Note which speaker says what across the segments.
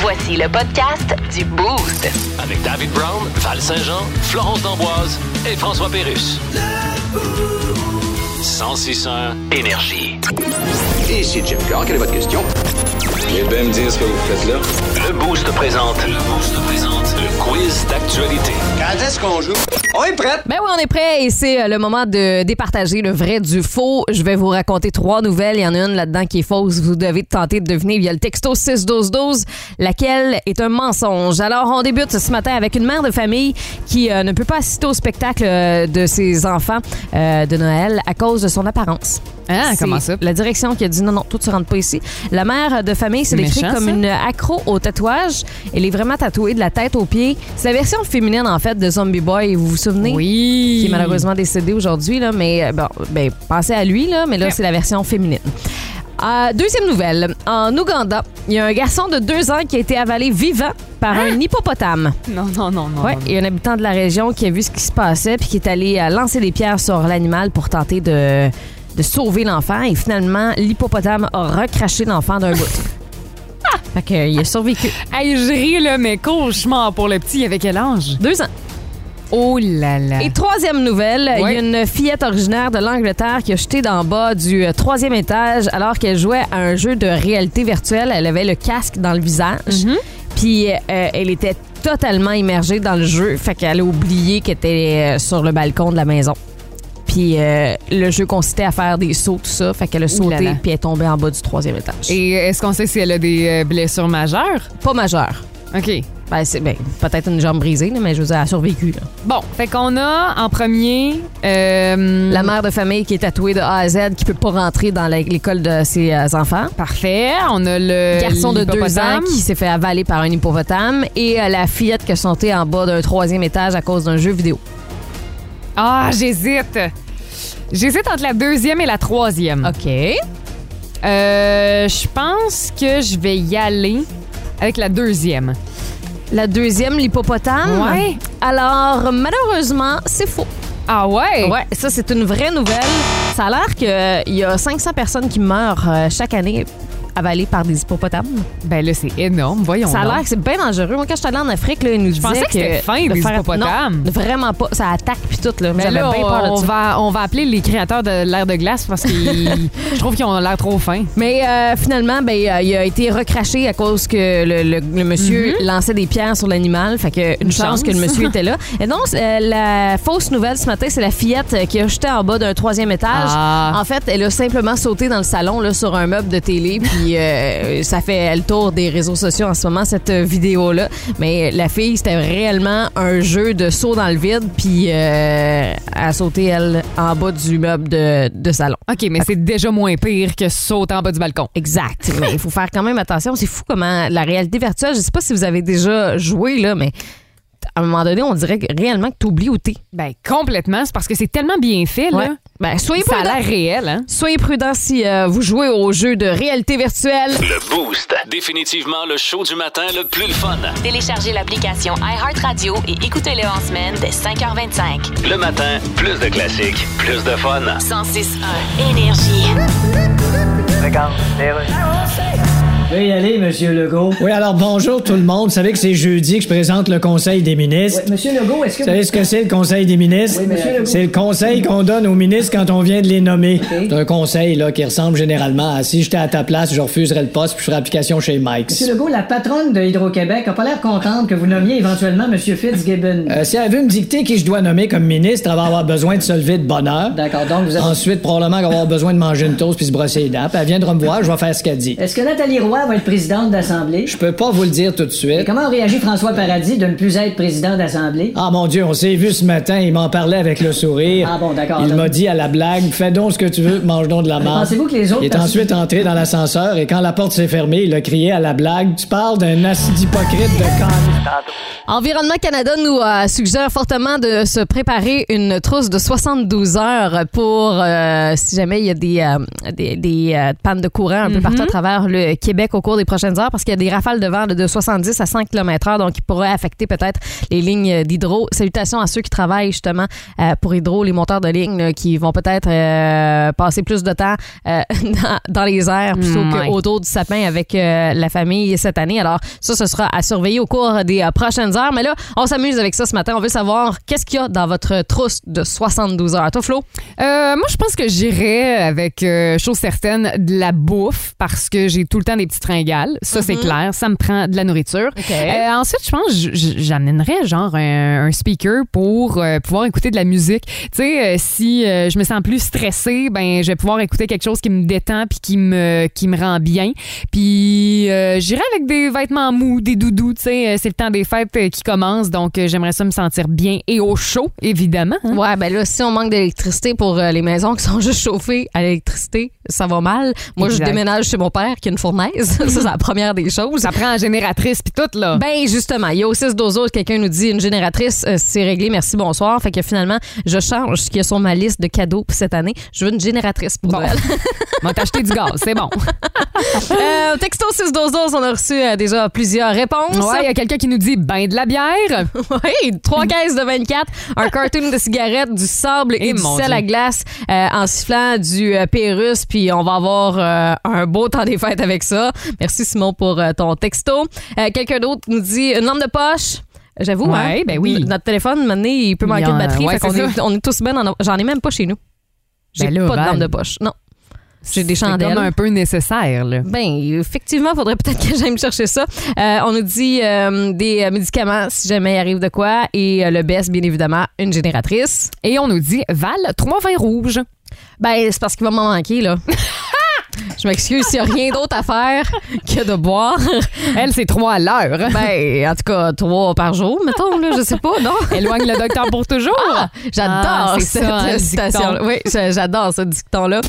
Speaker 1: Voici le podcast du Boost.
Speaker 2: Avec David Brown, Val Saint-Jean, Florence D'Amboise et François Pérus. 1061 Énergie.
Speaker 3: Ici Jim Carr, quelle est votre question?
Speaker 4: Eh bien me dire ce que vous faites là.
Speaker 2: Le Boost présente. Le Boost présente. Le quiz d'actualité.
Speaker 3: Quand est-ce qu'on joue? On est prêts!
Speaker 5: Ben oui, on est prêt et c'est euh, le moment de départager le vrai du faux. Je vais vous raconter trois nouvelles. Il y en a une là-dedans qui est fausse. Vous devez tenter de deviner via le texto 61212 laquelle est un mensonge. Alors, on débute ce matin avec une mère de famille qui euh, ne peut pas assister au spectacle euh, de ses enfants euh, de Noël à cause de son apparence.
Speaker 6: Hein,
Speaker 5: C'est
Speaker 6: comment ça?
Speaker 5: La direction qui a dit non, non, toi, tu rentres pas ici. La mère de famille s'est décrite
Speaker 6: Méchant,
Speaker 5: comme
Speaker 6: ça.
Speaker 5: une accro au tatouage. Elle est vraiment tatouée de la tête aux pieds. C'est la version féminine, en fait, de Zombie Boy. Vous vous souvenez?
Speaker 6: Oui.
Speaker 5: Qui est malheureusement décédé aujourd'hui, là, mais euh, bon, ben, pensez à lui, là, mais là, c'est la version féminine. Euh, deuxième nouvelle. En Ouganda, il y a un garçon de deux ans qui a été avalé vivant par
Speaker 6: Hein?
Speaker 5: un hippopotame.
Speaker 6: Non, non, non, non.
Speaker 5: Ouais,
Speaker 6: non.
Speaker 5: il y a un habitant de la région qui a vu ce qui se passait puis qui est allé euh, lancer des pierres sur l'animal pour tenter de, de sauver l'enfant. Et finalement, l'hippopotame a recraché l'enfant d'un bout. Fait que, euh, il a survécu.
Speaker 6: Hey, je ris, là, mais cauchemar pour le petit. Il avait quel âge?
Speaker 5: Deux ans.
Speaker 6: Oh là là.
Speaker 5: Et troisième nouvelle, il y a
Speaker 6: Ouais.
Speaker 5: une fillette originaire de l'Angleterre qui a jeté d'en bas du euh, troisième étage alors qu'elle jouait à un jeu de réalité virtuelle. Elle avait le casque dans le visage.
Speaker 6: Mhm.
Speaker 5: Puis euh, elle était totalement immergée dans le jeu. Fait qu'elle a oublié qu'elle était euh, sur le balcon de la maison. Puis euh, le jeu consistait à faire des sauts, tout ça. Fait qu'elle a
Speaker 6: Ouh là
Speaker 5: sauté
Speaker 6: là.
Speaker 5: puis elle est tombée en bas du troisième étage. Et
Speaker 6: Et est-ce qu'on sait si elle a des euh, blessures majeures?
Speaker 5: pas majeure.
Speaker 6: OK.
Speaker 5: Ben, c'est ben, peut-être une jambe brisée, là, mais je veux dire, elle a survécu. là.
Speaker 6: Bon, fait qu'on a en premier. euh,
Speaker 5: La mère de famille qui est tatouée de A à Z, qui peut pas rentrer dans la- l'école de ses euh, enfants.
Speaker 6: Parfait. On a le.
Speaker 5: Garçon de deux ans
Speaker 6: l'hippopotame.
Speaker 5: qui s'est fait avaler par un hippopotame et euh, la fillette qui a sauté en bas d'un troisième étage à cause d'un jeu vidéo.
Speaker 6: Ah, j'hésite. J'hésite entre la deuxième et la troisième.
Speaker 5: OK.
Speaker 6: Euh, je pense que je vais y aller avec la deuxième.
Speaker 5: La deuxième, l'hippopotame.
Speaker 6: Ouais.
Speaker 5: Alors, malheureusement, c'est faux.
Speaker 6: Ah ouais?
Speaker 5: Ouais, ça, c'est une vraie nouvelle. Ça a l'air qu'il y a 500 personnes qui meurent euh, chaque année avalées par des hippopotames.
Speaker 6: Ben là, c'est énorme. Voyons.
Speaker 5: Ça a
Speaker 6: donc.
Speaker 5: l'air que c'est bien dangereux. Moi, quand j'étais allée en Afrique, là, ils nous disaient
Speaker 6: pensais que c'était fin,
Speaker 5: de
Speaker 6: des
Speaker 5: faire-
Speaker 6: hippopotames.
Speaker 5: Non, vraiment pas. Ça attaque puis tout. Là.
Speaker 6: Ben
Speaker 5: J'avais
Speaker 6: là,
Speaker 5: bien
Speaker 6: on,
Speaker 5: peur de
Speaker 6: on
Speaker 5: ça.
Speaker 6: va, on va appeler les créateurs de l'air de glace parce que je trouve qu'ils ont l'air trop fins.
Speaker 5: Mais euh, finalement, ben, euh, il a été recraché à cause que le, le- le monsieur lançait des pierres sur l'animal. Fait que une
Speaker 6: Mhm. Une
Speaker 5: chance
Speaker 6: chance.
Speaker 5: que le monsieur était là. Et donc, euh, la fausse nouvelle ce matin, c'est la fillette euh, qui a jeté en bas d'un troisième étage.
Speaker 6: Ah.
Speaker 5: En fait, elle a simplement sauté dans le salon là, sur un meuble de télé. Puis euh, ça fait le tour des réseaux sociaux en ce moment, cette euh, vidéo-là. Mais la fille, c'était réellement un jeu de saut dans le vide. Puis euh, elle a sauté, elle, en bas du meuble de- de salon.
Speaker 6: OK, mais c'est déjà moins pire que sauter en bas du balcon.
Speaker 5: Exact. Mais il faut faire quand même attention. C'est fou comment la réalité virtuelle, je sais pas si vous avez déjà joué, là, mais à un moment donné, on dirait que- réellement que tu oublies où t'es.
Speaker 6: Ben complètement, c'est parce que c'est tellement bien fait, là.
Speaker 5: Ben, soyez
Speaker 6: Ça a
Speaker 5: prudents.
Speaker 6: l'air réel, hein?
Speaker 5: Soyez prudents si euh, vous jouez au jeu de réalité virtuelle.
Speaker 2: Le Boost. Définitivement le show du matin le plus le fun.
Speaker 1: Téléchargez l'application iHeartRadio et écoutez-le en semaine dès 5h25.
Speaker 2: Le matin, plus de classiques, plus de fun.
Speaker 1: 106.1 Énergie.
Speaker 7: Vous y aller, Monsieur Legault.
Speaker 8: Oui, alors bonjour tout le monde. Vous savez que c'est jeudi que je présente le Conseil des ministres.
Speaker 7: Monsieur Legault, est-ce que
Speaker 8: Vous savez ce que c'est le Conseil des ministres?
Speaker 7: Oui, monsieur Legault.
Speaker 8: c'est le conseil qu'on donne aux ministres quand on vient de les nommer. C'est un conseil là, qui ressemble généralement à si j'étais à ta place, je refuserais le poste puis je ferais application chez Mike.
Speaker 7: Monsieur Legault, la patronne de Hydro-Québec a pas l'air contente que vous nommiez éventuellement Monsieur Fitzgibbon.
Speaker 8: Euh, si elle veut me dicter qui je dois nommer comme ministre, elle va avoir besoin de se lever de bonne heure.
Speaker 7: D'accord, donc vous êtes...
Speaker 8: Ensuite, probablement qu'elle va avoir besoin de manger une toast puis se brosser les dents. Puis elle viendra me voir, je vais faire ce qu'elle dit.
Speaker 7: Est-ce que Nathalie Roy va être présidente d'Assemblée?
Speaker 8: Je peux pas vous le dire tout de
Speaker 7: Et
Speaker 8: suite.
Speaker 7: comment réagit François Paradis de ne plus être président d'Assemblée?
Speaker 8: Ah mon Dieu, on s'est vu ce matin, il m'en parlait avec le sourire.
Speaker 7: Ah bon, d'accord,
Speaker 8: Il
Speaker 7: donc.
Speaker 8: m'a dit à la blague, fais donc ce que tu veux, mange donc de la marde.
Speaker 7: Pensez-vous que les autres
Speaker 8: Il est
Speaker 7: personnes-
Speaker 8: ensuite entré dans l'ascenseur et quand la porte s'est fermée, il a crié à la blague, tu parles d'un acide hypocrite de con.
Speaker 5: Environnement Canada nous euh, suggère fortement de se préparer une trousse de 72 heures pour euh, si jamais il y a des, euh, des, des, euh, pannes de courant un peu partout à travers le Québec Québec au cours des prochaines heures parce qu'il y a des rafales de vent de, de 70 à 100 km/h, donc qui pourraient affecter peut-être les lignes d'hydro. Salutations à ceux qui travaillent justement euh, pour hydro, les monteurs de lignes là, qui vont peut-être euh, passer plus de temps euh, dans, dans les airs plutôt
Speaker 6: Mm, Ouais.
Speaker 5: qu'autour du sapin avec euh, la famille cette année. Alors ça, ce sera à surveiller au cours des euh, prochaines heures. Mais là, on s'amuse avec ça ce matin. On veut savoir qu'est-ce qu'il y a dans votre trousse de 72 heures. Toi, Flo?
Speaker 6: Euh, moi, je pense que j'irais avec, euh, chose certaine, de la bouffe parce que j'ai tout le temps des petites fringales. Ça, c'est clair. Ça me prend de la nourriture. Euh, ensuite, je pense que j- j- j'amènerais genre un, un speaker pour euh, pouvoir écouter de la musique. Tu sais, euh, si euh, je me sens plus stressée, ben je vais pouvoir écouter quelque chose qui me détend puis qui me qui me rend bien. Puis euh, j'irai avec des vêtements mous, des doudous. Tu sais, euh, c'est le temps des fêtes euh, qui commence, donc euh, j'aimerais ça me sentir bien et au chaud, évidemment. hein.
Speaker 5: Ouais, ben là, si on manque d'électricité pour euh, les maisons qui sont juste chauffées à l'électricité, ça va mal. Moi,
Speaker 6: Exact.
Speaker 5: je déménage chez mon père qui a une fournaise. ça, c'est la première des choses.
Speaker 6: Ça prend la génératrice puis tout là.
Speaker 5: Ben justement, il y a aussi deux autres. Quelqu'un nous dit une génératrice, euh, c'est réglé, merci, bonsoir. Fait que finalement, je change ce qui est sur ma liste de cadeaux pour cette année. Je veux une génératrice pour
Speaker 6: Bon.
Speaker 5: Noël.
Speaker 6: M'ont acheté du gaz, c'est bon.
Speaker 5: Euh, texto 612, on a reçu euh, déjà plusieurs réponses.
Speaker 6: Ouais, il y a quelqu'un qui nous dit ben de la bière.
Speaker 5: Oui,
Speaker 6: Mm.
Speaker 5: trois caisses de 24, un cartoon de cigarettes, du sable et,
Speaker 6: Et
Speaker 5: du
Speaker 6: Eh, mon
Speaker 5: sel
Speaker 6: Dieu.
Speaker 5: à glace euh, en sifflant du euh, Pérus. Puis on va avoir euh, un beau temps des fêtes avec ça. Merci Simon pour euh, ton texto. Euh, Quelqu'un d'autre nous dit une lampe de poche. J'avoue,
Speaker 6: Ouais,
Speaker 5: hein,
Speaker 6: ben oui.
Speaker 5: notre téléphone, maintenant, il peut manquer
Speaker 6: Il y en
Speaker 5: de
Speaker 6: a-
Speaker 5: batterie.
Speaker 6: ouais,
Speaker 5: fait qu'on
Speaker 6: c'est
Speaker 5: est, on est tous bien en- J'en ai même pas chez nous. J'ai
Speaker 6: Ben là,
Speaker 5: pas de
Speaker 6: Val.
Speaker 5: lampe de poche. Non. J'ai des
Speaker 6: C'est
Speaker 5: chandelles.
Speaker 6: comme un peu nécessaire là.
Speaker 5: Ben, effectivement, faudrait peut-être que j'aille me chercher ça. Euh, on nous dit euh, des euh, médicaments si jamais il arrive de quoi. Et euh, le best, bien évidemment, une génératrice.
Speaker 6: Et on nous dit Val, trois vins rouges.
Speaker 5: Ben, c'est parce qu'il va m'en manquer, là. Je m'excuse s'il n'y a rien d'autre à faire que de boire.
Speaker 6: Elle, c'est trois à l'heure.
Speaker 5: Ben, en tout cas, trois par jour, mettons, là, je sais pas, non?
Speaker 6: Éloigne le docteur pour toujours.
Speaker 5: J'adore
Speaker 6: Ah, c'est
Speaker 5: cette
Speaker 6: ça, hein, le
Speaker 5: citation.
Speaker 6: dicton.
Speaker 5: Oui, je- j'adore ce dicton-là.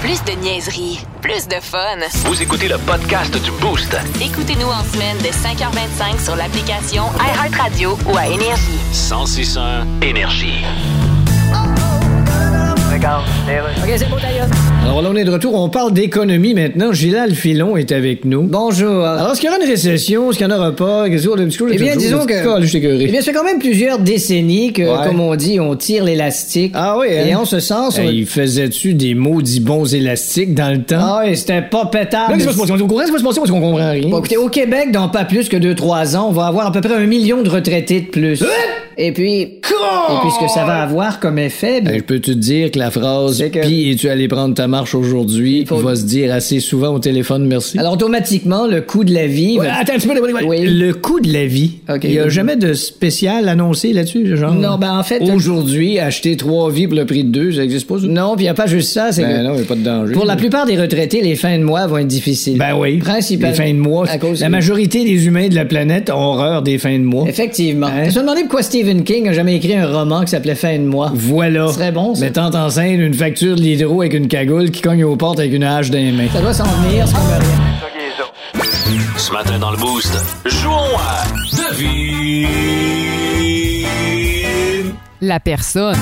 Speaker 1: Plus de niaiserie, plus de fun.
Speaker 2: Vous écoutez le podcast du Boost.
Speaker 1: Écoutez-nous en semaine de 5h25 sur l'application iHeartRadio ou à Énergie.
Speaker 2: 1061 Énergie.
Speaker 8: Alors là, on est de retour. On parle d'économie maintenant. Gilal Filon est avec nous.
Speaker 7: Bonjour.
Speaker 8: Alors, est-ce qu'il y aura une récession? Est-ce qu'il n'y en aura pas? Qu'est-ce qu'il y aura de petit coup?
Speaker 7: Eh bien,
Speaker 8: J'ai
Speaker 7: disons
Speaker 8: toujours des
Speaker 7: que-
Speaker 8: petits cols, je suis écœuré.
Speaker 7: Eh bien, ça fait quand même plusieurs décennies que,
Speaker 8: Ouais.
Speaker 7: comme on dit, on tire l'élastique.
Speaker 8: Ah oui, hein?
Speaker 7: Et en ce sens, on-
Speaker 8: Hey, il faisait-tu des maudits bons élastiques dans le temps?
Speaker 7: Ah oui, c'était pas pétable.
Speaker 8: Là, qu'est-ce qui va se passer? On est au courant, qu'est-ce qui va se passer? Parce qu'on comprend rien.
Speaker 7: Bon, écoutez, au Québec, dans pas plus que 2-3 ans, on va avoir à peu près un million de retraités de
Speaker 6: Hein?
Speaker 7: plus. Et puis... Et puis, ce que ça va avoir comme effet... ben, bien,
Speaker 8: Hey, je peux te dire que la phrase
Speaker 7: C'est que-
Speaker 8: Puis es-tu allé prendre ta marche aujourd'hui?
Speaker 7: Il faut-
Speaker 8: va se dire assez souvent au téléphone merci.
Speaker 7: Alors, automatiquement, le coût de la vie...
Speaker 8: Ouais,
Speaker 7: va-
Speaker 8: attends un petit peu, ouais, ouais.
Speaker 7: Oui.
Speaker 8: Le coût de la vie.
Speaker 7: Ok.
Speaker 8: Il n'y a jamais de spécial annoncé là-dessus, genre.
Speaker 7: Non, ben, en fait-
Speaker 8: Aujourd'hui, acheter trois vies pour le prix de deux, ça n'existe pas, ça?
Speaker 7: Non, puis il a pas juste ça, c'est
Speaker 8: Ben
Speaker 7: que...
Speaker 8: non, il n'y a pas de danger.
Speaker 7: Pour la plupart des retraités, les fins de mois vont être difficiles.
Speaker 8: Ben oui.
Speaker 7: Principalement.
Speaker 8: Les fins de mois.
Speaker 7: À cause
Speaker 8: la
Speaker 7: de-
Speaker 8: majorité des humains de la planète ont horreur des fins de mois.
Speaker 7: Effectivement.
Speaker 8: Hein?
Speaker 7: Je me suis demandé pourquoi Stephen King a jamais écrit un roman qui s'appelait Fin de mois.
Speaker 8: Voilà.
Speaker 7: Ce serait bon, ça.
Speaker 8: Mettant en scène une facture de l'hydro avec une cagoule qui cogne aux portes avec une hache dans les mains.
Speaker 7: Ça doit s'en venir, ce qu'on va dire.
Speaker 2: Ce matin dans le Boost, jouons à Devine.
Speaker 6: La personne.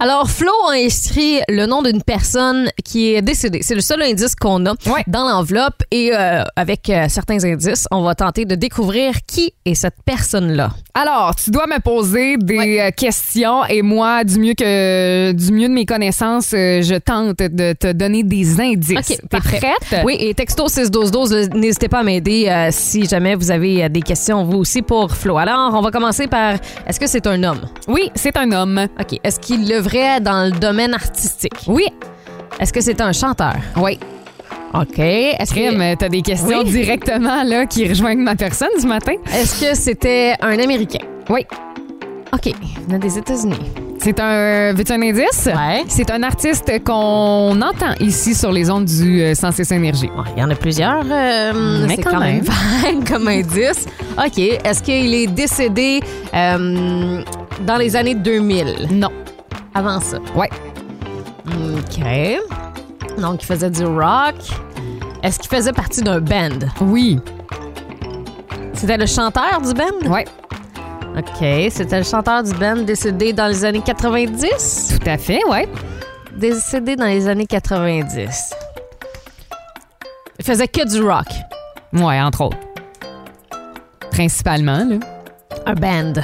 Speaker 5: Alors, Flo a inscrit le nom d'une personne qui est décédée. C'est le seul indice qu'on a
Speaker 6: Ouais.
Speaker 5: dans l'enveloppe. Et euh, avec euh, certains indices, on va tenter de découvrir qui est cette personne-là.
Speaker 6: Alors, tu dois me poser des euh, questions et moi, du mieux que du mieux de mes connaissances, euh, je tente de te donner des indices. T'es
Speaker 5: parfait.
Speaker 6: prête?
Speaker 5: Oui, et texto 61212, euh, n'hésitez pas à m'aider euh, si jamais vous avez euh, des questions, vous aussi, pour Flo. Alors, on va commencer par, est-ce que c'est un homme?
Speaker 6: Oui, c'est un homme.
Speaker 5: OK. Est-ce qu'il l'œuvrait dans le domaine artistique?
Speaker 6: Oui.
Speaker 5: Est-ce que c'est un chanteur?
Speaker 6: Oui.
Speaker 5: OK. Est-ce
Speaker 6: Crime,
Speaker 5: que,
Speaker 6: Euh, t'as des questions
Speaker 5: Oui.
Speaker 6: directement là qui rejoignent ma personne ce matin?
Speaker 5: est-ce que c'était un Américain?
Speaker 6: Oui.
Speaker 5: OK. Il venait des États-Unis.
Speaker 6: C'est un. Veux-tu un indice?
Speaker 5: Ouais.
Speaker 6: C'est un artiste qu'on entend ici sur les ondes du euh, 106 Énergie.
Speaker 5: Ouais, Il y en a plusieurs. euh,
Speaker 6: Mais
Speaker 5: c'est
Speaker 6: quand
Speaker 5: quand même vague comme indice. OK. Est-ce qu'il est décédé euh, dans les années 2000?
Speaker 6: Non.
Speaker 5: Avant ça.
Speaker 6: Ouais.
Speaker 5: OK. Donc, il faisait du rock. Est-ce qu'il faisait partie d'un band?
Speaker 6: Oui.
Speaker 5: C'était le chanteur du band?
Speaker 6: Ouais.
Speaker 5: OK. C'était le chanteur du band décédé dans les années 90?
Speaker 6: Tout à fait, ouais.
Speaker 5: Décédé dans les années 90. Il faisait que du rock.
Speaker 6: Ouais, entre autres. Principalement, là.
Speaker 5: Un band.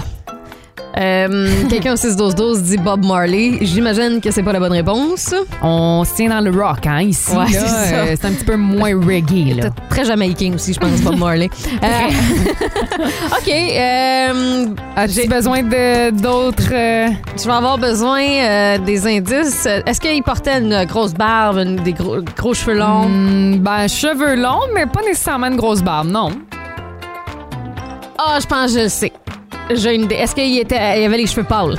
Speaker 5: Euh, Quelqu'un au 6-12-12 dit Bob Marley. J'imagine que c'est pas la bonne réponse.
Speaker 6: On se tient dans le rock, hein, ici.
Speaker 5: Ouais,
Speaker 6: là,
Speaker 5: c'est ça.
Speaker 6: euh, c'est un petit peu moins reggae, là.
Speaker 5: Peut-être très jamaïcain aussi, je pense, Bob Marley. Euh, OK. euh,
Speaker 6: As-tu besoin de- d'autres... euh,
Speaker 5: je vais avoir besoin euh, des indices. Est-ce qu'il portait une grosse barbe, une- des gros, gros cheveux longs?
Speaker 6: hmm, ben, cheveux longs, mais pas nécessairement une grosse barbe, non.
Speaker 5: Ah, je pense que je le sais. J'ai une idée. Est-ce qu'il était, il avait les cheveux pâles?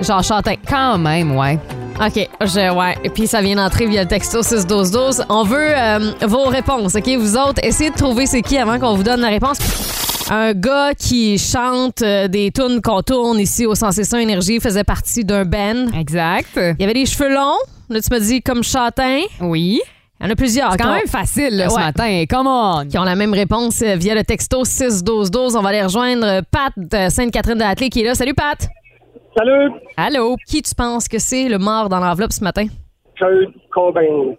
Speaker 5: Genre châtain.
Speaker 6: Quand même, ouais.
Speaker 5: OK, je, ouais. Et puis ça vient d'entrer via le texto 61212. On veut euh, vos réponses, OK? Vous autres, essayez de trouver c'est qui avant qu'on vous donne la réponse. Un gars qui chante euh, des tunes qu'on tourne ici au 161 Énergie faisait partie d'un band.
Speaker 6: Exact.
Speaker 5: Il avait des cheveux longs. Là, tu me dis comme châtain.
Speaker 6: Oui.
Speaker 5: Il y en a plusieurs.
Speaker 6: C'est
Speaker 5: qui
Speaker 6: quand
Speaker 5: ont-
Speaker 6: même facile, là, ce
Speaker 5: Ouais.
Speaker 6: matin. Come on!
Speaker 5: qui ont la même réponse euh, via le texto 61212. On va aller rejoindre euh, Pat de Sainte-Catherine de Hatley qui est là. Salut Pat!
Speaker 9: Salut,
Speaker 5: Allô? Qui tu penses que c'est le mort dans l'enveloppe ce matin?
Speaker 9: Kurt Cobain.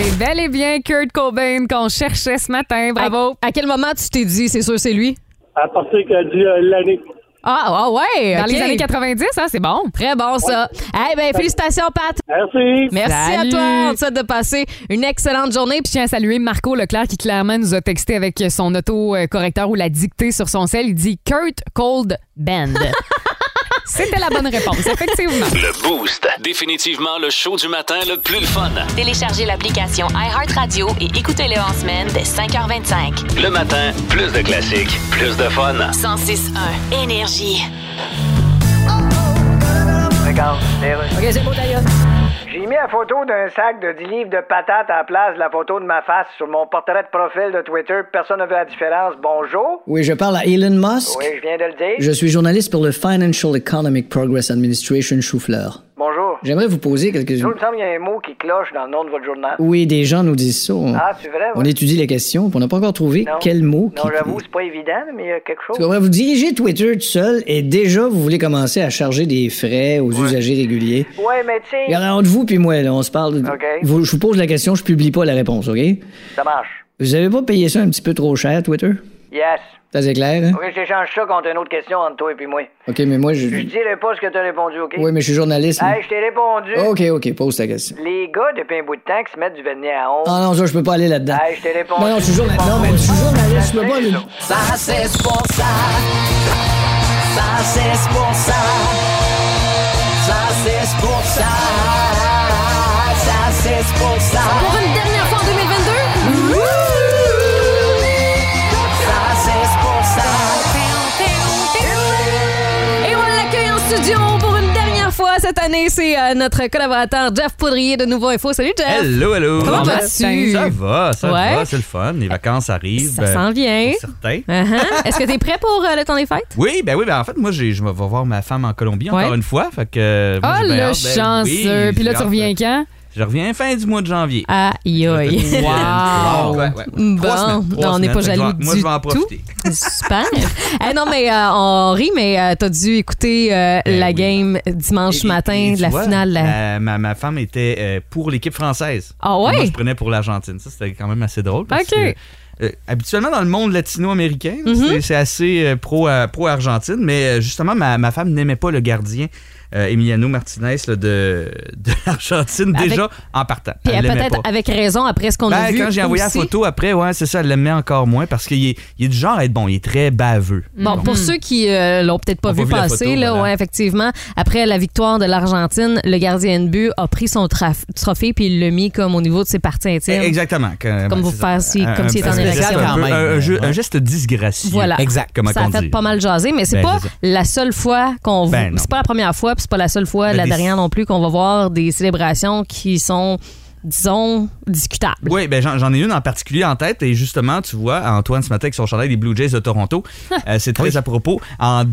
Speaker 6: C'est bel et bien Kurt Cobain qu'on cherchait ce matin. Bravo!
Speaker 5: À, à quel moment tu t'es dit c'est sûr c'est lui?
Speaker 9: À partir que dit euh, l'année.
Speaker 5: Ah, ah ouais!
Speaker 6: Dans
Speaker 5: ok.
Speaker 6: les années 90, hein, c'est bon.
Speaker 5: Très bon, ça. Eh ben, félicitations, Pat.
Speaker 9: Merci.
Speaker 5: Merci
Speaker 6: Salut.
Speaker 5: à toi. On te souhaite de passer une excellente journée.
Speaker 6: Je tiens à saluer Marco Leclerc qui clairement nous a texté avec son autocorrecteur ou la dictée sur son sel. Il dit Kurt Cold Band. C'était la bonne réponse, effectivement.
Speaker 2: Le Boost. Définitivement le show du matin le plus le fun.
Speaker 1: Téléchargez l'application iHeartRadio et écoutez-le en semaine dès 5h25.
Speaker 2: Le matin, plus de classiques, plus de fun.
Speaker 1: 106.1 Énergie.
Speaker 7: J'ai mis la photo d'un sac de 10 livres de patates à la place de la photo de ma face sur mon portrait de profil de Twitter. Personne ne veut la différence. Bonjour.
Speaker 8: Oui, je parle à Elon Musk.
Speaker 7: Oui, je viens de le dire.
Speaker 8: Je suis journaliste pour le Financial Economic Progress Administration Choufleur.
Speaker 7: Bonjour.
Speaker 8: J'aimerais vous poser quelques...
Speaker 7: Il me semble qu'il y a un mot qui cloche dans le nom de votre journal.
Speaker 8: Oui, des gens nous disent ça. On,
Speaker 7: Ah, c'est vrai? ouais.
Speaker 8: on étudie les questions, puis on n'a pas encore trouvé
Speaker 7: Non.
Speaker 8: quel mot
Speaker 7: Non,
Speaker 8: qui...
Speaker 7: j'avoue, c'est pas évident, mais il y a quelque chose.
Speaker 8: Tu comprends? Vous dirigez Twitter tout seul et déjà, vous voulez commencer à charger des frais aux usagers réguliers.
Speaker 7: Ouais, mais tu sais,
Speaker 8: Regardez, entre vous puis moi, là, on se parle.
Speaker 7: OK.
Speaker 8: Vous- je vous pose la question, je publie pas la réponse, OK?
Speaker 7: ça marche.
Speaker 8: Vous avez pas payé ça un petit peu trop cher, Twitter?
Speaker 7: Yes.
Speaker 8: Ça, c'est clair, hein?
Speaker 7: Ok, je t'échange ça contre une autre question entre toi et puis moi.
Speaker 8: OK, mais moi, je...
Speaker 7: Je dirai pas ce que t'as répondu, ok?
Speaker 8: Oui, mais je suis journaliste. là.
Speaker 7: Hey, je t'ai répondu.
Speaker 8: OK, OK, pose ta question.
Speaker 7: Les gars, depuis un bout de temps, qui se mettent du vernis à ongles.
Speaker 8: Ah non, ça, je peux pas aller là-dedans.
Speaker 7: Hey, je t'ai répondu.
Speaker 8: Non, non, je suis journaliste. Non, mais je suis journaliste, je peux pas aller...
Speaker 5: Pour une dernière fois en 2022. Et on l'accueille en studio pour une dernière fois cette année. C'est euh, notre collaborateur Jeff Poudrier de Nouveau Info. Salut, Jeff.
Speaker 10: Hello, hello.
Speaker 5: Comment
Speaker 6: Bon
Speaker 5: vas-tu?
Speaker 10: Ça va, ça
Speaker 5: Ouais.
Speaker 10: va, c'est le fun. Les vacances arrivent. euh,
Speaker 5: Ça s'en vient.
Speaker 10: c'est certain.
Speaker 5: Uh-huh. Est-ce que t'es prêt pour euh, le temps des fêtes?
Speaker 10: Oui, ben oui, ben en fait, moi, j'ai- je vais voir ma femme en Colombie encore
Speaker 5: Ouais. Oh,
Speaker 10: une fois. Fait que. moi,
Speaker 6: Ah,
Speaker 10: j'ai bien
Speaker 6: le
Speaker 10: hâte, ben
Speaker 6: chanceux.
Speaker 10: oui,
Speaker 6: Puis là,
Speaker 10: j'ai
Speaker 6: tu
Speaker 10: hâte.
Speaker 6: reviens quand?
Speaker 10: Je reviens fin du mois de janvier.
Speaker 5: Aïe, aïe.
Speaker 10: Wow! Ouais, ouais, ouais.
Speaker 5: Bon,
Speaker 10: Trois semaines, trois
Speaker 5: non, on
Speaker 10: semaines.
Speaker 5: n'est pas
Speaker 10: Fait que je
Speaker 5: jaloux
Speaker 10: vais- Moi,
Speaker 5: du
Speaker 10: je vais en profiter.
Speaker 5: Super. Eh non, mais euh, on rit, mais euh, t'as dû écouter euh,
Speaker 10: Ben
Speaker 5: la
Speaker 10: oui.
Speaker 5: game dimanche
Speaker 10: Et- et-
Speaker 5: matin
Speaker 10: et
Speaker 5: de
Speaker 10: tu
Speaker 5: la
Speaker 10: vois,
Speaker 5: finale. de la-
Speaker 10: Ma, ma- ma femme était euh, pour l'équipe française.
Speaker 5: Ah
Speaker 10: Puis
Speaker 5: ouais?
Speaker 10: Moi, je prenais pour l'Argentine. Ça, c'était quand même assez drôle. Parce
Speaker 6: Ok.
Speaker 10: que, euh, habituellement, dans le monde latino-américain, là,
Speaker 5: Mm-hmm.
Speaker 10: c'est- c'est assez euh, pro, euh, pro-Argentine. mais euh, justement, ma, ma femme n'aimait pas le gardien. euh, Emiliano Martinez là, de, de l'Argentine,
Speaker 5: Avec-
Speaker 10: déjà en partant.
Speaker 5: Puis
Speaker 10: Elle
Speaker 5: euh,
Speaker 10: l'aimait
Speaker 5: peut-être
Speaker 10: pas.
Speaker 5: avec raison après ce qu'on
Speaker 10: Ben,
Speaker 5: a vu.
Speaker 10: quand j'ai envoyé la
Speaker 5: aussi.
Speaker 10: photo après, ouais, c'est ça, elle l'aimait encore moins parce qu'il est, il est du genre à être bon, il est très baveux.
Speaker 5: Bon, pour ceux qui euh, l'ont peut-être pas
Speaker 10: On
Speaker 5: vu
Speaker 10: va voir la
Speaker 5: passer,
Speaker 10: photo,
Speaker 5: là,
Speaker 10: voilà.
Speaker 5: ouais, effectivement, après la victoire de l'Argentine, le gardien de but a pris son traf- trophée puis il l'a mis comme au niveau de ses parties intimes.
Speaker 10: Exactement. que-
Speaker 5: Comme
Speaker 10: ben,
Speaker 5: vous
Speaker 10: c'est ça.
Speaker 5: faire si-
Speaker 10: Un-
Speaker 5: comme s'il
Speaker 10: un-
Speaker 5: était en
Speaker 10: un geste
Speaker 5: érection.
Speaker 10: un peu-
Speaker 11: Quand même,
Speaker 10: un- un jeu-
Speaker 11: ouais.
Speaker 10: Un geste disgracieux.
Speaker 5: Voilà.
Speaker 10: Comment
Speaker 5: ça a
Speaker 10: qu'on
Speaker 5: fait
Speaker 10: dit.
Speaker 5: pas mal jaser, mais c'est
Speaker 10: Ben,
Speaker 5: pas
Speaker 10: c'est ça.
Speaker 5: la seule fois qu'on vous-
Speaker 10: Ben, non.
Speaker 5: c'est pas la première fois, puis c'est pas la seule fois,
Speaker 10: Ben,
Speaker 5: la
Speaker 10: des-
Speaker 5: dernière non plus, qu'on va voir des célébrations qui sont, disons, discutables.
Speaker 10: Oui, ben j'en j'en ai une en particulier en tête et justement, tu vois, Antoine ce matin avec son chandail des Blue Jays de Toronto, euh, c'est très à propos. En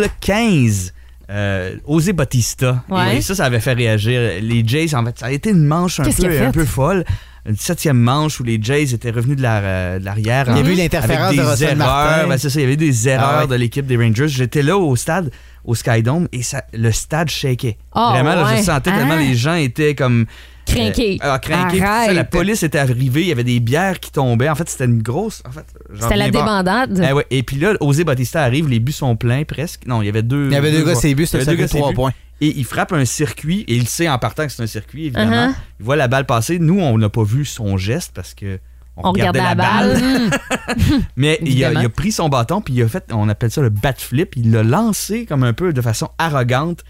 Speaker 10: 2015, euh, José Batista,
Speaker 5: Ouais.
Speaker 10: et ça, ça avait fait réagir les Jays. En fait, ça a été une manche un,
Speaker 6: Qu'est-ce qu'il a
Speaker 10: peu,
Speaker 6: fait?
Speaker 10: un peu folle. Une septième manche où les Jays étaient revenus de la- euh, de l'arrière.
Speaker 11: Il y a
Speaker 10: en-
Speaker 11: eu l'interférence
Speaker 10: avec
Speaker 11: de
Speaker 10: des
Speaker 11: Russell
Speaker 10: erreurs.
Speaker 11: Martin.
Speaker 10: Ben, c'est ça, il y avait des erreurs
Speaker 11: Ah ouais.
Speaker 10: de l'équipe des Rangers. J'étais là au stade au Skydome et ça, le stade shakeait.
Speaker 5: Ah,
Speaker 10: Vraiment, là,
Speaker 5: ouais.
Speaker 10: je sentais tellement
Speaker 6: Hein?
Speaker 10: les gens étaient comme.
Speaker 5: Crinqués.
Speaker 10: Euh, ah, crinqués. Puis ça,
Speaker 6: Arrête.
Speaker 10: la police était arrivée, il y avait des bières qui tombaient. En fait, c'était une grosse. En fait, j'en
Speaker 5: C'était la
Speaker 10: reviens pas.
Speaker 5: débandade.
Speaker 10: Eh ouais. Et puis là, Osé Batista arrive, les buts sont pleins presque. Non, il y avait deux.
Speaker 11: Il y avait deux gars,
Speaker 10: joueurs.
Speaker 11: c'est but,
Speaker 10: Il y
Speaker 11: ça
Speaker 10: avait
Speaker 11: ça
Speaker 10: deux gars,
Speaker 11: fait
Speaker 10: c'est
Speaker 11: trois
Speaker 10: but.
Speaker 11: points.
Speaker 10: Et il frappe un circuit, et il sait en partant que c'est un circuit, évidemment.
Speaker 5: Uh-huh.
Speaker 10: Il voit la balle passer. Nous, on n'a pas vu son geste parce que. On,
Speaker 5: On regardait la balle.
Speaker 10: Mais il a,
Speaker 6: Évidemment.
Speaker 10: il a pris son bâton, puis il a fait, on appelle ça le bat flip. Il l'a lancé comme un peu de façon arrogante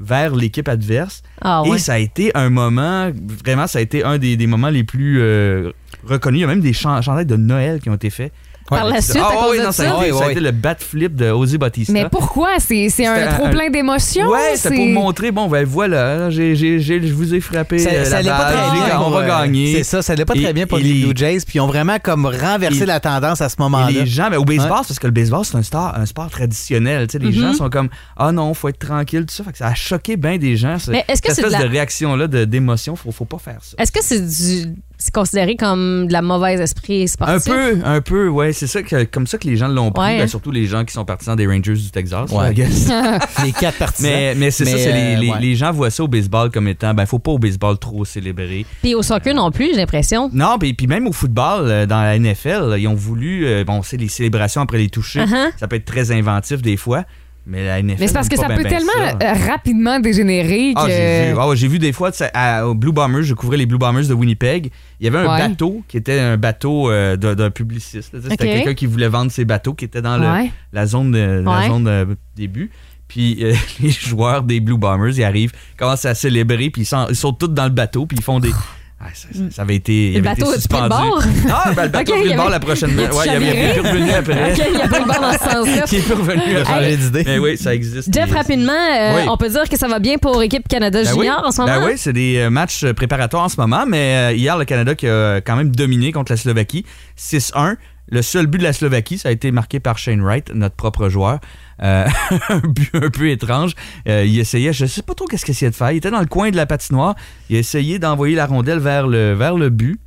Speaker 10: vers l'équipe adverse.
Speaker 5: Ah ouais.
Speaker 10: Et ça a été un moment, vraiment, ça a été un des, des moments les plus euh, reconnus. Il y a même des chan- chandails de Noël qui ont été faits.
Speaker 5: Par la suite,
Speaker 10: Ah
Speaker 5: à
Speaker 10: ouais,
Speaker 5: cause
Speaker 10: ouais,
Speaker 5: de
Speaker 10: non,
Speaker 5: ça.
Speaker 10: ça, a été,
Speaker 11: Ouais, ouais,
Speaker 10: ça a
Speaker 11: ouais.
Speaker 10: été le bat flip de Ozzy Batista.
Speaker 6: Mais pourquoi? C'est c'est
Speaker 10: C'était
Speaker 6: un
Speaker 10: un-
Speaker 6: trop plein d'émotions?
Speaker 10: Ouais, c'était pour montrer, bon, ben voilà, j'ai, j'ai- j'ai- je vous ai frappé
Speaker 11: Ça,
Speaker 10: euh,
Speaker 11: ça
Speaker 10: la
Speaker 11: allait pas
Speaker 10: balle,
Speaker 11: très
Speaker 10: j'ai-
Speaker 11: bien.
Speaker 10: on
Speaker 11: pour,
Speaker 10: va
Speaker 11: euh,
Speaker 10: gagner.
Speaker 11: C'est ça, ça allait pas
Speaker 10: Et-
Speaker 11: très bien pour
Speaker 10: et
Speaker 11: les
Speaker 10: les-
Speaker 11: Blue Jays, puis ils ont vraiment comme renversé
Speaker 10: et-
Speaker 11: la tendance à ce
Speaker 10: Et
Speaker 11: moment-là.
Speaker 10: les gens, mais au baseball,
Speaker 11: Ouais.
Speaker 10: c'est parce que le baseball, c'est un, star- un sport traditionnel. tu sais, Les
Speaker 5: Mhm.
Speaker 10: gens sont comme Ah non, faut être tranquille, tout ça. Fait que ça a choqué bien des gens. ce-
Speaker 5: Mais est-ce que
Speaker 10: cette
Speaker 5: c'est de
Speaker 10: espèce
Speaker 5: la-
Speaker 10: de réaction-là de- d'émotion, faut, faut pas faire ça.
Speaker 5: Est-ce que c'est du c'est considéré comme de la mauvaise esprit
Speaker 10: Un
Speaker 5: sportif?
Speaker 10: peu, un peu, ouais. C'est ça que, comme ça que les gens l'ont pris,
Speaker 5: Ouais.
Speaker 10: ben, surtout les gens qui sont partisans des Rangers du Texas.
Speaker 11: Ouais.
Speaker 10: là, I guess.
Speaker 11: Les quatre parties.
Speaker 10: Mais, mais c'est ça, c'est les, les-
Speaker 11: euh, ouais.
Speaker 10: les gens voient ça au baseball comme étant, ben faut pas au baseball trop célébrer.
Speaker 5: Puis au soccer non plus, j'ai l'impression.
Speaker 10: Non, puis, puis même au football, euh, dans la NFL, là, ils ont voulu, euh, bon, c'est les célébrations après les touchés,
Speaker 5: Uh-huh.
Speaker 10: ça peut être très inventif des fois, mais la NFL.
Speaker 6: Mais c'est parce que
Speaker 10: pas
Speaker 6: ça
Speaker 10: ben,
Speaker 6: peut
Speaker 10: ben
Speaker 6: tellement
Speaker 10: ça.
Speaker 6: euh, rapidement dégénérer que.
Speaker 10: Ah, j'ai vu, ah ouais, j'ai vu des fois, tu sais, à- au Blue Bombers, je couvrais les Blue Bombers de Winnipeg. Il y avait un
Speaker 6: Ouais.
Speaker 10: bateau qui était un bateau euh, d'un d'un publiciste. là, tu sais, C'était
Speaker 6: Ok.
Speaker 10: quelqu'un qui voulait vendre ses bateaux qui était dans le,
Speaker 6: Ouais.
Speaker 10: la zone, de- la
Speaker 5: Ouais.
Speaker 10: zone euh, début. Puis euh, les joueurs des Blue Bombers, ils arrivent, commencent à célébrer, puis ils, sont, ils sautent tous dans le bateau, puis ils font des. Ah, ça, ça- ça avait été. il
Speaker 5: Le
Speaker 10: avait été
Speaker 5: bateau a-tu pris le
Speaker 10: suspendu.
Speaker 5: bord?
Speaker 10: Ah, ben, le bateau
Speaker 5: Ok,
Speaker 10: a pris
Speaker 5: il y
Speaker 10: le bord
Speaker 5: avait-
Speaker 10: la prochaine.
Speaker 5: y a-tu
Speaker 10: Ouais, il y avait- il est revenu après.
Speaker 5: OK, il y a pas de bon dans ce sens-là.
Speaker 10: Qui est revenu
Speaker 11: a
Speaker 10: après.
Speaker 11: changé d'idée.
Speaker 10: Mais oui, ça existe.
Speaker 5: Jeff,
Speaker 10: Et-
Speaker 5: rapidement, euh,
Speaker 10: Oui.
Speaker 5: on peut dire que ça va bien pour équipe Canada
Speaker 10: Ben
Speaker 5: Junior
Speaker 10: oui.
Speaker 5: en ce
Speaker 10: Ben
Speaker 5: moment?
Speaker 10: oui, c'est des euh, matchs préparatoires en ce moment, mais euh, hier, le Canada qui a quand même dominé contre la Slovaquie, 6-1. Le seul but de la Slovaquie, ça a été marqué par Shane Wright, notre propre joueur. Euh, un but un peu étrange. Euh, il essayait, je sais pas trop qu'est-ce qu'il essayait de faire. Il était dans le coin de la patinoire. Il essayait d'envoyer la rondelle vers le, vers le but.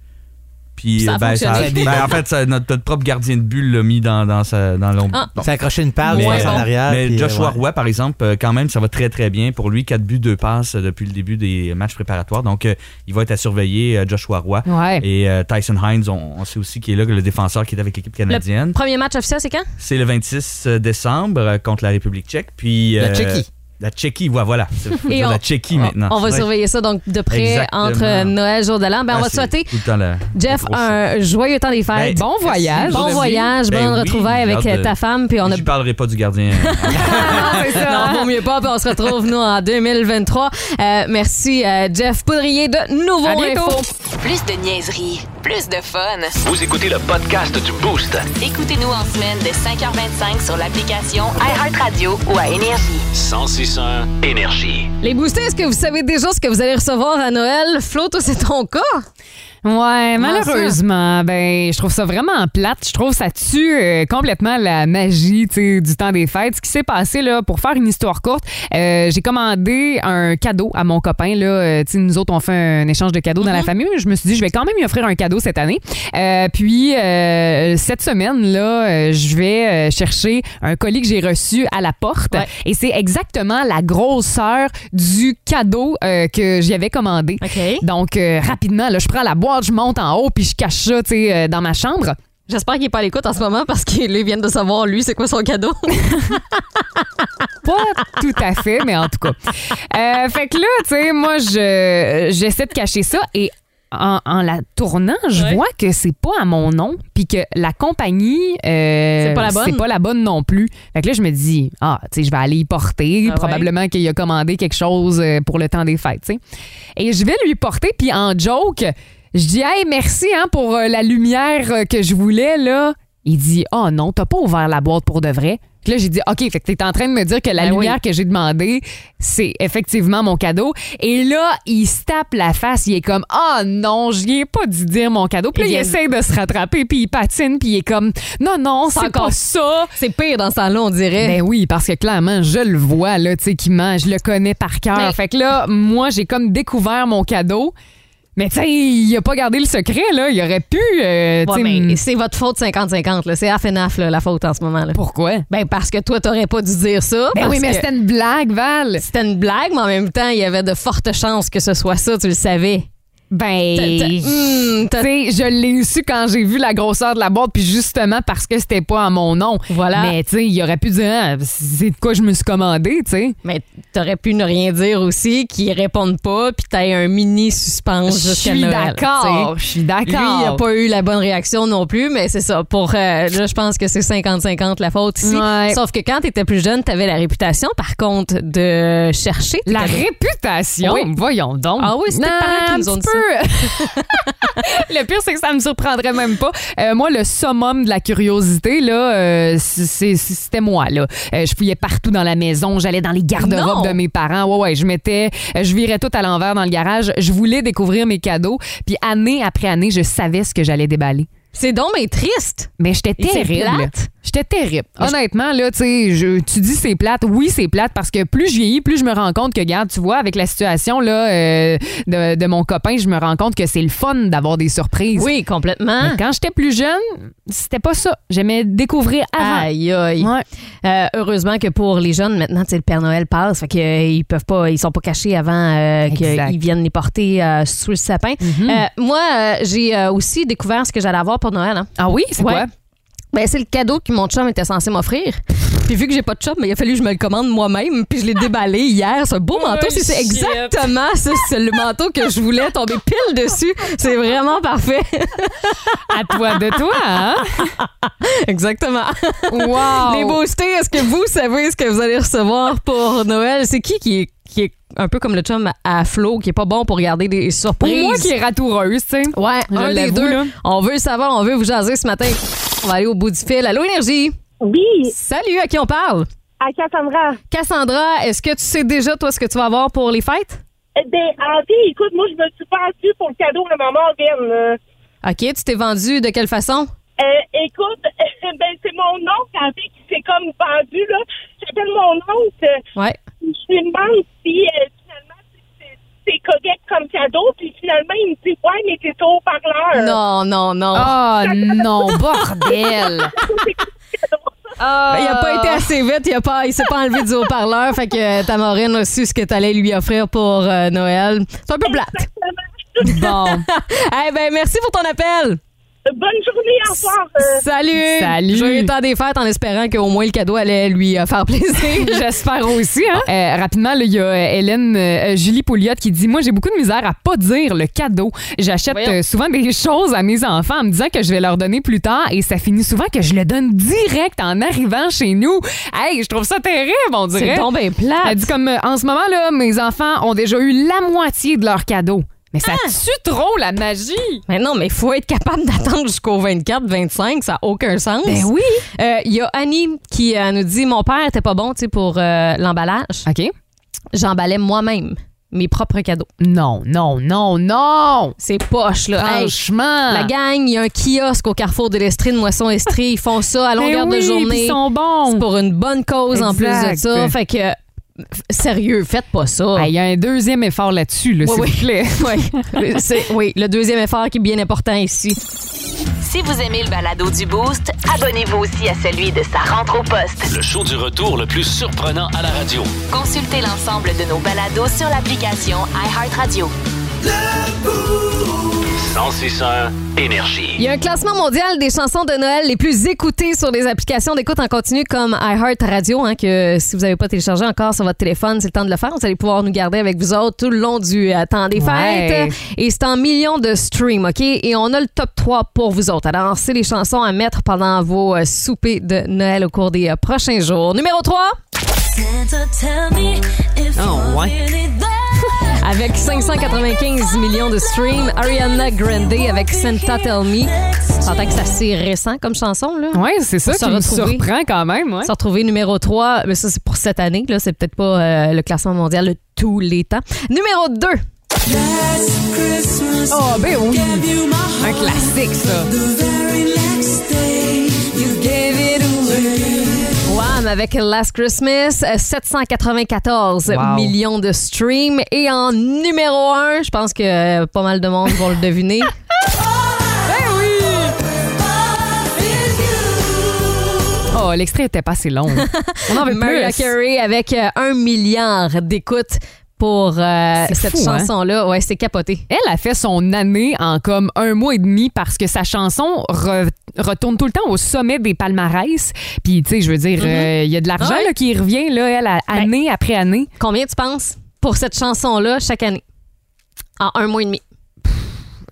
Speaker 10: Puis,
Speaker 5: Ça a
Speaker 10: euh, ben, ça-
Speaker 5: fonctionné.
Speaker 10: ben, en fait, ça- notre, notre propre gardien de but l'a mis dans, dans, sa- dans l'ombre.
Speaker 5: Ah.
Speaker 10: Bon.
Speaker 11: Ça a accroché une palle
Speaker 5: Mais-
Speaker 11: je pense, en
Speaker 5: mais
Speaker 11: arrière.
Speaker 10: Mais
Speaker 11: puis, euh,
Speaker 10: Joshua
Speaker 11: ouais.
Speaker 10: Roy, par exemple, euh, quand même, ça va très très bien pour lui. 4 buts, 2 passes euh, depuis le début des matchs préparatoires. Donc, euh, il va être à surveiller, euh, Joshua Roy.
Speaker 6: Ouais.
Speaker 10: Et euh, Tyson Hines, on, on sait aussi qu'il est là, le défenseur qui est avec l'équipe
Speaker 5: Le
Speaker 10: canadienne.
Speaker 5: premier match officiel, c'est quand?
Speaker 10: C'est le 26 décembre euh, contre la République tchèque. Puis,
Speaker 11: La
Speaker 10: euh,
Speaker 11: Tchéquie.
Speaker 10: La Tchéquie, ouais, voilà. C'est- faut dire
Speaker 5: on-
Speaker 10: la Tchéquie
Speaker 5: on-
Speaker 10: maintenant.
Speaker 5: On va
Speaker 10: Ouais.
Speaker 5: surveiller ça donc de près
Speaker 10: Exactement.
Speaker 5: entre euh, Noël, jour de l'an. Ben, on
Speaker 10: Ah,
Speaker 5: va te
Speaker 10: c'est
Speaker 5: souhaiter,
Speaker 10: tout le temps la-
Speaker 5: Jeff,
Speaker 10: la grosse-
Speaker 5: un joyeux temps des
Speaker 10: Ben,
Speaker 5: fêtes.
Speaker 6: bon
Speaker 10: merci,
Speaker 6: voyage.
Speaker 5: bon
Speaker 10: Geneviève.
Speaker 5: voyage,
Speaker 10: Ben
Speaker 5: bonne
Speaker 10: oui,
Speaker 5: retrouvaille
Speaker 10: j'ai
Speaker 5: avec
Speaker 10: hâte
Speaker 5: euh,
Speaker 10: de-
Speaker 5: ta femme. Puis on a
Speaker 10: Je parlerai pas du gardien.
Speaker 6: C'est ça.
Speaker 5: Non, vaut mieux pas, puis on se retrouve, nous, en 2023. Euh, merci, euh, Jeff Poudrier, de Nouveau
Speaker 6: À bientôt.
Speaker 5: Info.
Speaker 1: Plus de niaiserie, plus de fun.
Speaker 2: Vous écoutez le podcast du Boost.
Speaker 1: Écoutez-nous en semaine de 5h25 sur l'application iHeartRadio ou à Énergie.
Speaker 2: 1061 Énergie.
Speaker 5: Les boostés, est-ce que vous savez déjà ce que vous allez recevoir à Noël? Flo, toi, c'est ton cas?
Speaker 6: Ouais,
Speaker 5: Comment
Speaker 6: malheureusement, ben je trouve ça vraiment plate. Je trouve ça tue euh, complètement la magie tu sais, du temps des fêtes. Ce qui s'est passé là, pour faire une histoire courte, euh, j'ai commandé un cadeau à mon copain là. Euh, tu sais, nous autres on fait un échange de cadeaux dans
Speaker 5: Mm-hmm.
Speaker 6: la famille. Je me suis dit je vais quand même lui offrir un cadeau cette année. Euh, puis euh, cette semaine là, euh, je vais euh, chercher un colis que j'ai reçu à la porte
Speaker 5: Ouais.
Speaker 6: et c'est exactement la grosseur du cadeau euh, que j'y avais commandé.
Speaker 5: OK.
Speaker 6: Donc, euh, rapidement, là, je prends la boîte, je monte en haut, puis je cache ça, tu sais, euh, dans ma chambre.
Speaker 5: J'espère qu'il n'est pas à l'écoute en ce moment parce qu'il ils viennent de savoir, lui, c'est quoi son cadeau.
Speaker 6: Pas tout à fait, mais en tout cas. Euh, fait que là, tu sais, moi, je, j'essaie de cacher ça et en, en la tournant, je
Speaker 5: Ouais.
Speaker 6: vois que c'est pas à mon nom, puis que la compagnie, euh,
Speaker 5: C'est pas la bonne.
Speaker 6: c'est pas la bonne non plus. Fait que là, je me dis, ah, tu sais, je vais aller y porter.
Speaker 5: Ah ouais?
Speaker 6: probablement qu'il a commandé quelque chose euh, pour le temps des fêtes, tu sais. Et je vais lui porter, puis en joke, je dis, hey, merci hein, pour euh, la lumière euh, que je voulais, là. Il dit, oh non, t'as pas ouvert la boîte pour de vrai. Puis là, j'ai dit, OK, fait que t'es en train de me dire que la
Speaker 5: Ben oui.
Speaker 6: lumière que j'ai demandé, c'est effectivement mon cadeau. Et là, il se tape la face. Il est comme, ah non, j'y ai pas dû dire mon cadeau. Puis là,
Speaker 5: Il
Speaker 6: il,
Speaker 5: a-
Speaker 6: essaie de se rattraper, puis il patine, puis il est comme, non, non,
Speaker 5: C'est
Speaker 6: c'est
Speaker 5: encore-
Speaker 6: pas ça.
Speaker 5: C'est pire dans ce temps-là, on dirait.
Speaker 6: Ben oui, parce que clairement, je le vois, là, tu sais, qui ment, je le connais par cœur.
Speaker 5: Mais-
Speaker 6: Fait que là, moi, j'ai comme découvert mon cadeau. Mais tu sais, il a pas gardé le secret, là. Il aurait pu. euh, tu sais,
Speaker 5: Ouais, mais c'est votre faute 50-50. là. C'est half and half, là, la faute en ce moment. Là.
Speaker 6: Pourquoi?
Speaker 5: Ben parce que toi, t'aurais pas dû dire ça.
Speaker 6: Ben
Speaker 5: parce
Speaker 6: oui, mais
Speaker 5: que
Speaker 6: c'était une blague, Val.
Speaker 5: c'était une blague, mais en même temps, il y avait de fortes chances que ce soit ça, tu le savais.
Speaker 6: Ben,
Speaker 5: T'as- t'as- Hmm, t'as-
Speaker 6: tu sais, je l'ai su quand j'ai vu la grosseur de la boîte, puis justement parce que c'était pas à mon nom.
Speaker 5: Voilà.
Speaker 6: Mais tu sais, il aurait pu dire, Ah, c'est de quoi je me suis commandé, tu sais.
Speaker 5: Mais t'aurais pu ne rien dire aussi, qu'ils répondent pas, puis t'as un mini
Speaker 6: Je
Speaker 5: suspense jusqu'à
Speaker 6: suis
Speaker 5: Noël.
Speaker 6: d'accord, je suis
Speaker 5: tu sais. Lui, il a
Speaker 6: d'accord.
Speaker 5: pas eu la bonne réaction non plus, mais c'est ça. Pour euh, là, je pense que c'est 50-50 la faute ici.
Speaker 6: Ouais.
Speaker 5: Sauf que quand t'étais plus jeune, t'avais la réputation, par contre, de chercher.
Speaker 6: La
Speaker 5: T'étais-
Speaker 6: réputation,
Speaker 5: Oui.
Speaker 6: voyons donc.
Speaker 5: Ah oui, c'est tes
Speaker 6: Non,
Speaker 5: parents qui nous
Speaker 6: un
Speaker 5: ont
Speaker 6: petit peu. le pire, c'est que ça me surprendrait même pas. Euh, moi, le summum de la curiosité, là, euh, c'est- c'est- c'était moi. Là. Euh, je fouillais partout dans la maison, j'allais dans les garde-robes
Speaker 5: Non.
Speaker 6: de mes parents. Ouais, ouais, je mettais, euh, je virais tout à l'envers dans le garage. Je voulais découvrir mes cadeaux. Puis année après année, je savais ce que j'allais déballer.
Speaker 5: C'est donc mais triste.
Speaker 6: Mais j'étais
Speaker 5: Et c'est
Speaker 6: terrible.
Speaker 5: plate?
Speaker 6: J'étais terrible. Honnêtement, là, tu sais, je- tu dis c'est plate. Oui, c'est plate parce que plus je vieillis, plus je me rends compte que, regarde, tu vois, avec la situation là, euh, de, de mon copain, je me rends compte que c'est le fun d'avoir des surprises.
Speaker 5: Oui, hein? complètement.
Speaker 6: Mais quand j'étais plus jeune, c'était pas ça. J'aimais découvrir avant.
Speaker 5: Aïe, aïe.
Speaker 6: Ouais.
Speaker 5: Euh, heureusement que pour les jeunes, maintenant, tu sais, le Père Noël passe. Fait que, euh, ils peuvent pas, ils sont pas cachés avant euh,
Speaker 6: Exact. Mhm.
Speaker 5: qu'ils viennent les porter euh, sous le sapin. Euh, moi, euh, j'ai euh, aussi découvert ce que j'allais avoir pour Noël. hein.
Speaker 6: Ah oui, c'est
Speaker 5: Ouais.
Speaker 6: quoi?
Speaker 5: Ben, c'est le cadeau que mon chum était censé m'offrir. Puis vu que j'ai pas de chum, ben, il a fallu que je me le commande moi-même. Puis je l'ai déballé hier. C'est un beau manteau. C'est- C'est
Speaker 6: Oh, shit.
Speaker 5: exactement ça, c'est le manteau que je voulais tomber pile dessus. C'est vraiment parfait.
Speaker 6: À toi de toi, hein?
Speaker 5: exactement.
Speaker 6: Wow!
Speaker 5: Les boostés, est-ce que vous savez ce que vous allez recevoir pour Noël? C'est qui qui est, qui est un peu comme le chum à flot, qui est pas bon pour garder des
Speaker 6: Pour
Speaker 5: surprises?
Speaker 6: moi qui est ratoureuse, tu sais.
Speaker 5: Ouais,
Speaker 6: Je
Speaker 5: un des
Speaker 6: l'avoue,
Speaker 5: deux.
Speaker 6: là.
Speaker 5: On veut le savoir, on veut vous jaser ce matin. On va aller au bout du fil. Allô, Énergie?
Speaker 9: Oui,
Speaker 5: Salut, à qui on parle?
Speaker 9: à Cassandra.
Speaker 5: Cassandra, est-ce que tu sais déjà, toi, ce que tu vas avoir pour les fêtes?
Speaker 9: Eh Ben, en fait, écoute, moi, je me suis battue pour le cadeau de maman Vin. Euh,
Speaker 5: OK, tu t'es vendu de quelle façon?
Speaker 9: euh, écoute, ben, c'est mon oncle, en fait, qui s'est comme vendu, là. J'appelle mon oncle.
Speaker 5: Ouais.
Speaker 9: Je lui demande si, euh, finalement, c'est- c'est correct comme cadeau. Puis finalement, il me dit, ouais, mais t'es au parleur.
Speaker 5: Non, non, non.
Speaker 6: Oh non, bordel! Oh,
Speaker 5: Ben, Il a pas été assez vite, il a pas, il s'est pas enlevé du haut-parleur, fait que euh, ta Maureen a su ce que t'allais lui offrir pour euh, Noël. C'est un peu plate.
Speaker 6: Bon,
Speaker 5: Eh ben merci pour ton appel.
Speaker 9: Bonne journée, au revoir. Euh,
Speaker 5: Salut.
Speaker 6: Salut.
Speaker 5: Joyeux temps des fêtes en espérant qu'au moins le cadeau allait lui euh, faire plaisir.
Speaker 6: J'espère aussi, hein? Euh, rapidement, là, il y a euh, Hélène euh, euh, Julie Pouliot qui dit Moi, j'ai beaucoup de misère à pas dire le cadeau. J'achète
Speaker 5: Voyons.
Speaker 6: euh, souvent des choses à mes enfants en me disant que je vais leur donner plus tard et ça finit souvent que je le donne direct en arrivant chez nous. Hey, je trouve ça terrible, on dirait.
Speaker 5: C'est donc bien
Speaker 6: Elle
Speaker 5: plate.
Speaker 6: dit comme euh, en ce moment, là, mes enfants ont déjà eu la moitié de leur cadeau. Mais ça
Speaker 5: Ah!
Speaker 6: tue trop la magie!
Speaker 5: Mais non, mais faut être capable d'attendre jusqu'au 24, 25, ça n'a aucun sens.
Speaker 6: Ben oui.
Speaker 5: Euh, Il y a Annie qui euh, nous dit Mon père était pas bon tu sais, pour euh, l'emballage.
Speaker 6: OK?
Speaker 5: J'emballais moi-même mes propres cadeaux.
Speaker 6: Non, non, non, non!
Speaker 5: C'est poche, là. Hey,
Speaker 6: Franchement!
Speaker 5: La gang, il y a un kiosque au carrefour de l'Estrie, de Moisson Estrie. Ils font ça à
Speaker 6: Ben
Speaker 5: longueur de
Speaker 6: oui, puis
Speaker 5: journée.
Speaker 6: Ils sont bons!
Speaker 5: C'est pour une bonne cause en plus de
Speaker 6: Exact.
Speaker 5: ça. Fait que, f- sérieux, faites pas ça.
Speaker 6: Ah, Il y a un deuxième effort là-dessus, là,
Speaker 5: Oh. Oui,
Speaker 6: s'il
Speaker 5: oui.
Speaker 6: vous plaît.
Speaker 5: oui. C'est- oui, le deuxième effort qui est bien important ici.
Speaker 1: Si vous aimez le balado du Boost, abonnez-vous aussi à celui de sa rentre au poste.
Speaker 2: Le show du retour le plus surprenant à la radio.
Speaker 1: Consultez l'ensemble de nos balados sur l'application iHeartRadio.
Speaker 2: 1061
Speaker 5: Il y
Speaker 2: Énergie.
Speaker 5: a un classement mondial des chansons de Noël les plus écoutées sur les applications d'écoute en continu comme iHeartRadio, hein, que si vous n'avez pas téléchargé encore sur votre téléphone, c'est le temps de le faire. Vous allez pouvoir nous garder avec vous autres tout le long du euh, temps des
Speaker 6: Ouais.
Speaker 5: fêtes. Et c'est en millions de streams, OK? Et on a le top 3 pour vous autres. Alors, c'est les chansons à mettre pendant vos euh, soupers de Noël au cours des euh, prochains jours. Numéro 3,
Speaker 11: Oh, ouais.
Speaker 5: avec 595 millions de streams, Ariana Grande avec Santa Tell Me. J'entends que c'est assez récent comme chanson, là.
Speaker 6: Oui, c'est ça
Speaker 5: Pour se
Speaker 6: qui me
Speaker 5: retrouver.
Speaker 6: surprend quand même. ouais.
Speaker 5: Se retrouver numéro 3, mais ça c'est pour cette année, là, c'est peut-être pas euh, le classement mondial de tous les temps. Numéro 2,
Speaker 6: Ah, ben oui! Un classique, ça.
Speaker 5: One album avec Last Christmas, euh, 794
Speaker 6: Wow.
Speaker 5: millions de streams. Et en numéro un, je pense que euh, pas mal de monde vont le deviner.
Speaker 6: Oh, l'extrait était pas assez long. On en veut
Speaker 5: Mariah
Speaker 6: plus.
Speaker 5: Carey avec euh, un milliard d'écoutes pour euh,
Speaker 6: C'est
Speaker 5: cette
Speaker 6: fou, hein?
Speaker 5: chanson-là. Ouais, c'est capoté.
Speaker 6: Elle a fait son année en comme un mois et demi parce que sa chanson re- retourne tout le temps au sommet des palmarès. Puis, tu sais, je veux dire, euh, il y a de l'argent
Speaker 5: Ah ouais? Ben.
Speaker 6: là, qui revient, là, elle, à- année après année.
Speaker 5: Combien tu penses pour cette chanson-là chaque année? En un mois et demi.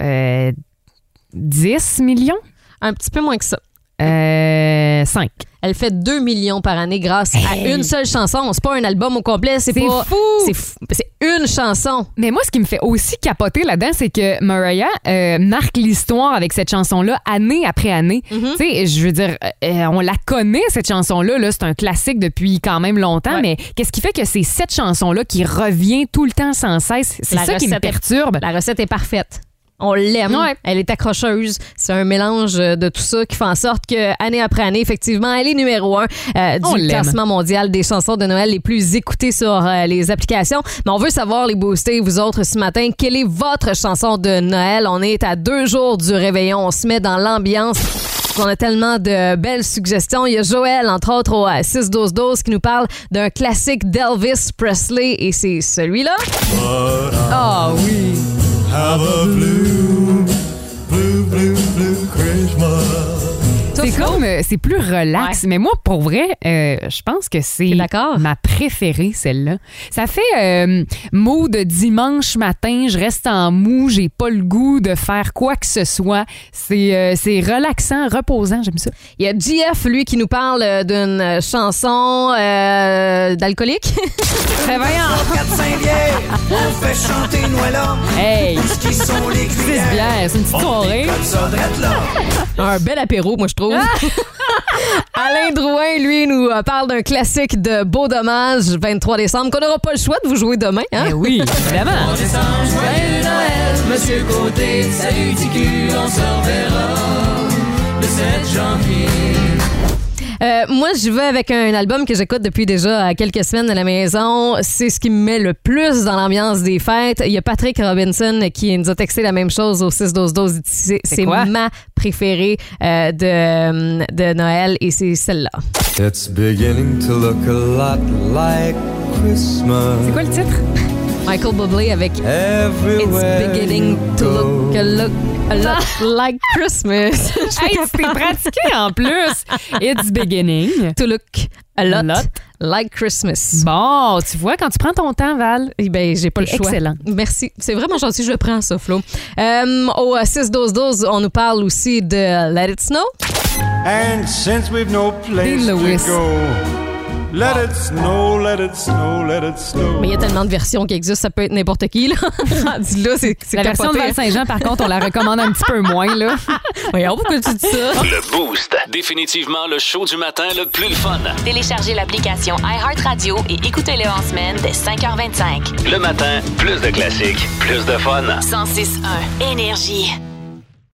Speaker 6: Euh, 10 millions?
Speaker 5: Un petit peu moins que ça.
Speaker 6: Euh, 5.
Speaker 5: Elle fait 2 millions par année grâce
Speaker 6: Hey!
Speaker 5: à une seule chanson. C'est pas un album au complet, c'est
Speaker 6: C'est
Speaker 5: pas.
Speaker 6: fou!
Speaker 5: C'est fou! C'est une chanson.
Speaker 6: Mais moi, ce qui me fait aussi capoter là-dedans, c'est que Mariah euh, marque l'histoire avec cette chanson-là année après année.
Speaker 5: Mhm.
Speaker 6: Tu sais, je veux dire, euh, euh, on la connaît, cette chanson-là. -là, c'est un classique depuis quand même longtemps, mais qu'est-ce qui fait que c'est cette chanson-là qui revient tout le temps sans cesse? C'est
Speaker 5: La
Speaker 6: ça qui me
Speaker 5: recette est-
Speaker 6: perturbe.
Speaker 5: ben, La recette est parfaite. On l'aime.
Speaker 6: Ouais.
Speaker 5: Elle est accrocheuse. C'est un mélange euh, de tout ça qui fait en sorte que année après année, effectivement, elle est numéro un euh,
Speaker 6: On
Speaker 5: du
Speaker 6: l'aime.
Speaker 5: classement mondial des chansons de Noël les plus écoutées sur euh, les applications. Mais on veut savoir les boostés, vous autres, ce matin, quelle est votre chanson de Noël On est à deux jours du réveillon. On se met dans l'ambiance. On a tellement de belles suggestions. Il y a Joël, entre autres, au euh, 6-12-12, qui nous parle d'un classique d'Elvis Presley, et c'est celui-là. Ah oui!
Speaker 6: C'est comme, euh, c'est plus relax. Mais moi, pour vrai, euh, je pense que c'est
Speaker 5: T'es d'accord?
Speaker 6: ma préférée, celle-là. Ça fait euh, mot de dimanche matin, je reste en mou, j'ai pas le goût de faire quoi que ce soit. C'est euh, c'est relaxant, reposant, j'aime ça.
Speaker 5: Il y a GF, lui, qui nous parle euh, d'une euh, chanson euh, d'alcoolique. Eh ben,
Speaker 6: Hey! Six bières, c'est une petite soirée.
Speaker 5: Un bel apéro, moi, je trouve. Ah! Alain Drouin, lui, nous euh, parle d'un classique de Beau Dommage, 23 décembre, qu'on n'aura pas le choix de vous jouer demain. Hein?
Speaker 6: Eh oui, évidemment.
Speaker 5: Euh, moi, je vais avec un album que j'écoute depuis déjà euh, quelques semaines à la maison. C'est ce qui me met le plus dans l'ambiance des fêtes. Il y a Patrick Robinson qui nous a texté la même chose au 6-12-12. C'est c'est
Speaker 6: quoi?
Speaker 5: ma préférée euh, de, de Noël et c'est celle-là.
Speaker 4: It's beginning to look a lot like Christmas.
Speaker 6: C'est quoi le titre?
Speaker 5: Michael Bublé avec It's beginning to look a, look, a lot like Christmas. Je suis
Speaker 6: Hey,
Speaker 5: capable.
Speaker 6: c'est pratiqué en plus. It's beginning.
Speaker 5: to look a lot,
Speaker 6: Lot.
Speaker 5: like Christmas.
Speaker 6: Bon, tu vois, quand tu prends ton temps, Val,
Speaker 5: Eh ben, j'ai pas le
Speaker 6: C'est
Speaker 5: choix.
Speaker 6: excellent.
Speaker 5: Merci. C'est vraiment gentil, je le prends ça, Flo. Euh, au euh, 6-12-12, on nous parle aussi de Let It Snow.
Speaker 12: And since we've no
Speaker 6: Dean
Speaker 12: place
Speaker 6: Lewis.
Speaker 12: to go, let it snow, let it snow, let it snow.
Speaker 5: Mais il y a tellement de versions qui existent, ça peut être n'importe qui. Là. Rendu là, c'est c'est
Speaker 6: la version de
Speaker 5: capoté. hein.
Speaker 6: Val-Saint-Jean, par contre, on la recommande un petit peu moins, là.
Speaker 5: Voyons, pourquoi tu dis ça?
Speaker 2: Le Boost. Définitivement le show du matin le plus le fun.
Speaker 1: Téléchargez l'application iHeartRadio et écoutez-le en semaine dès 5h25.
Speaker 2: Le matin, plus de classiques, plus de fun.
Speaker 1: 106.1 Énergie.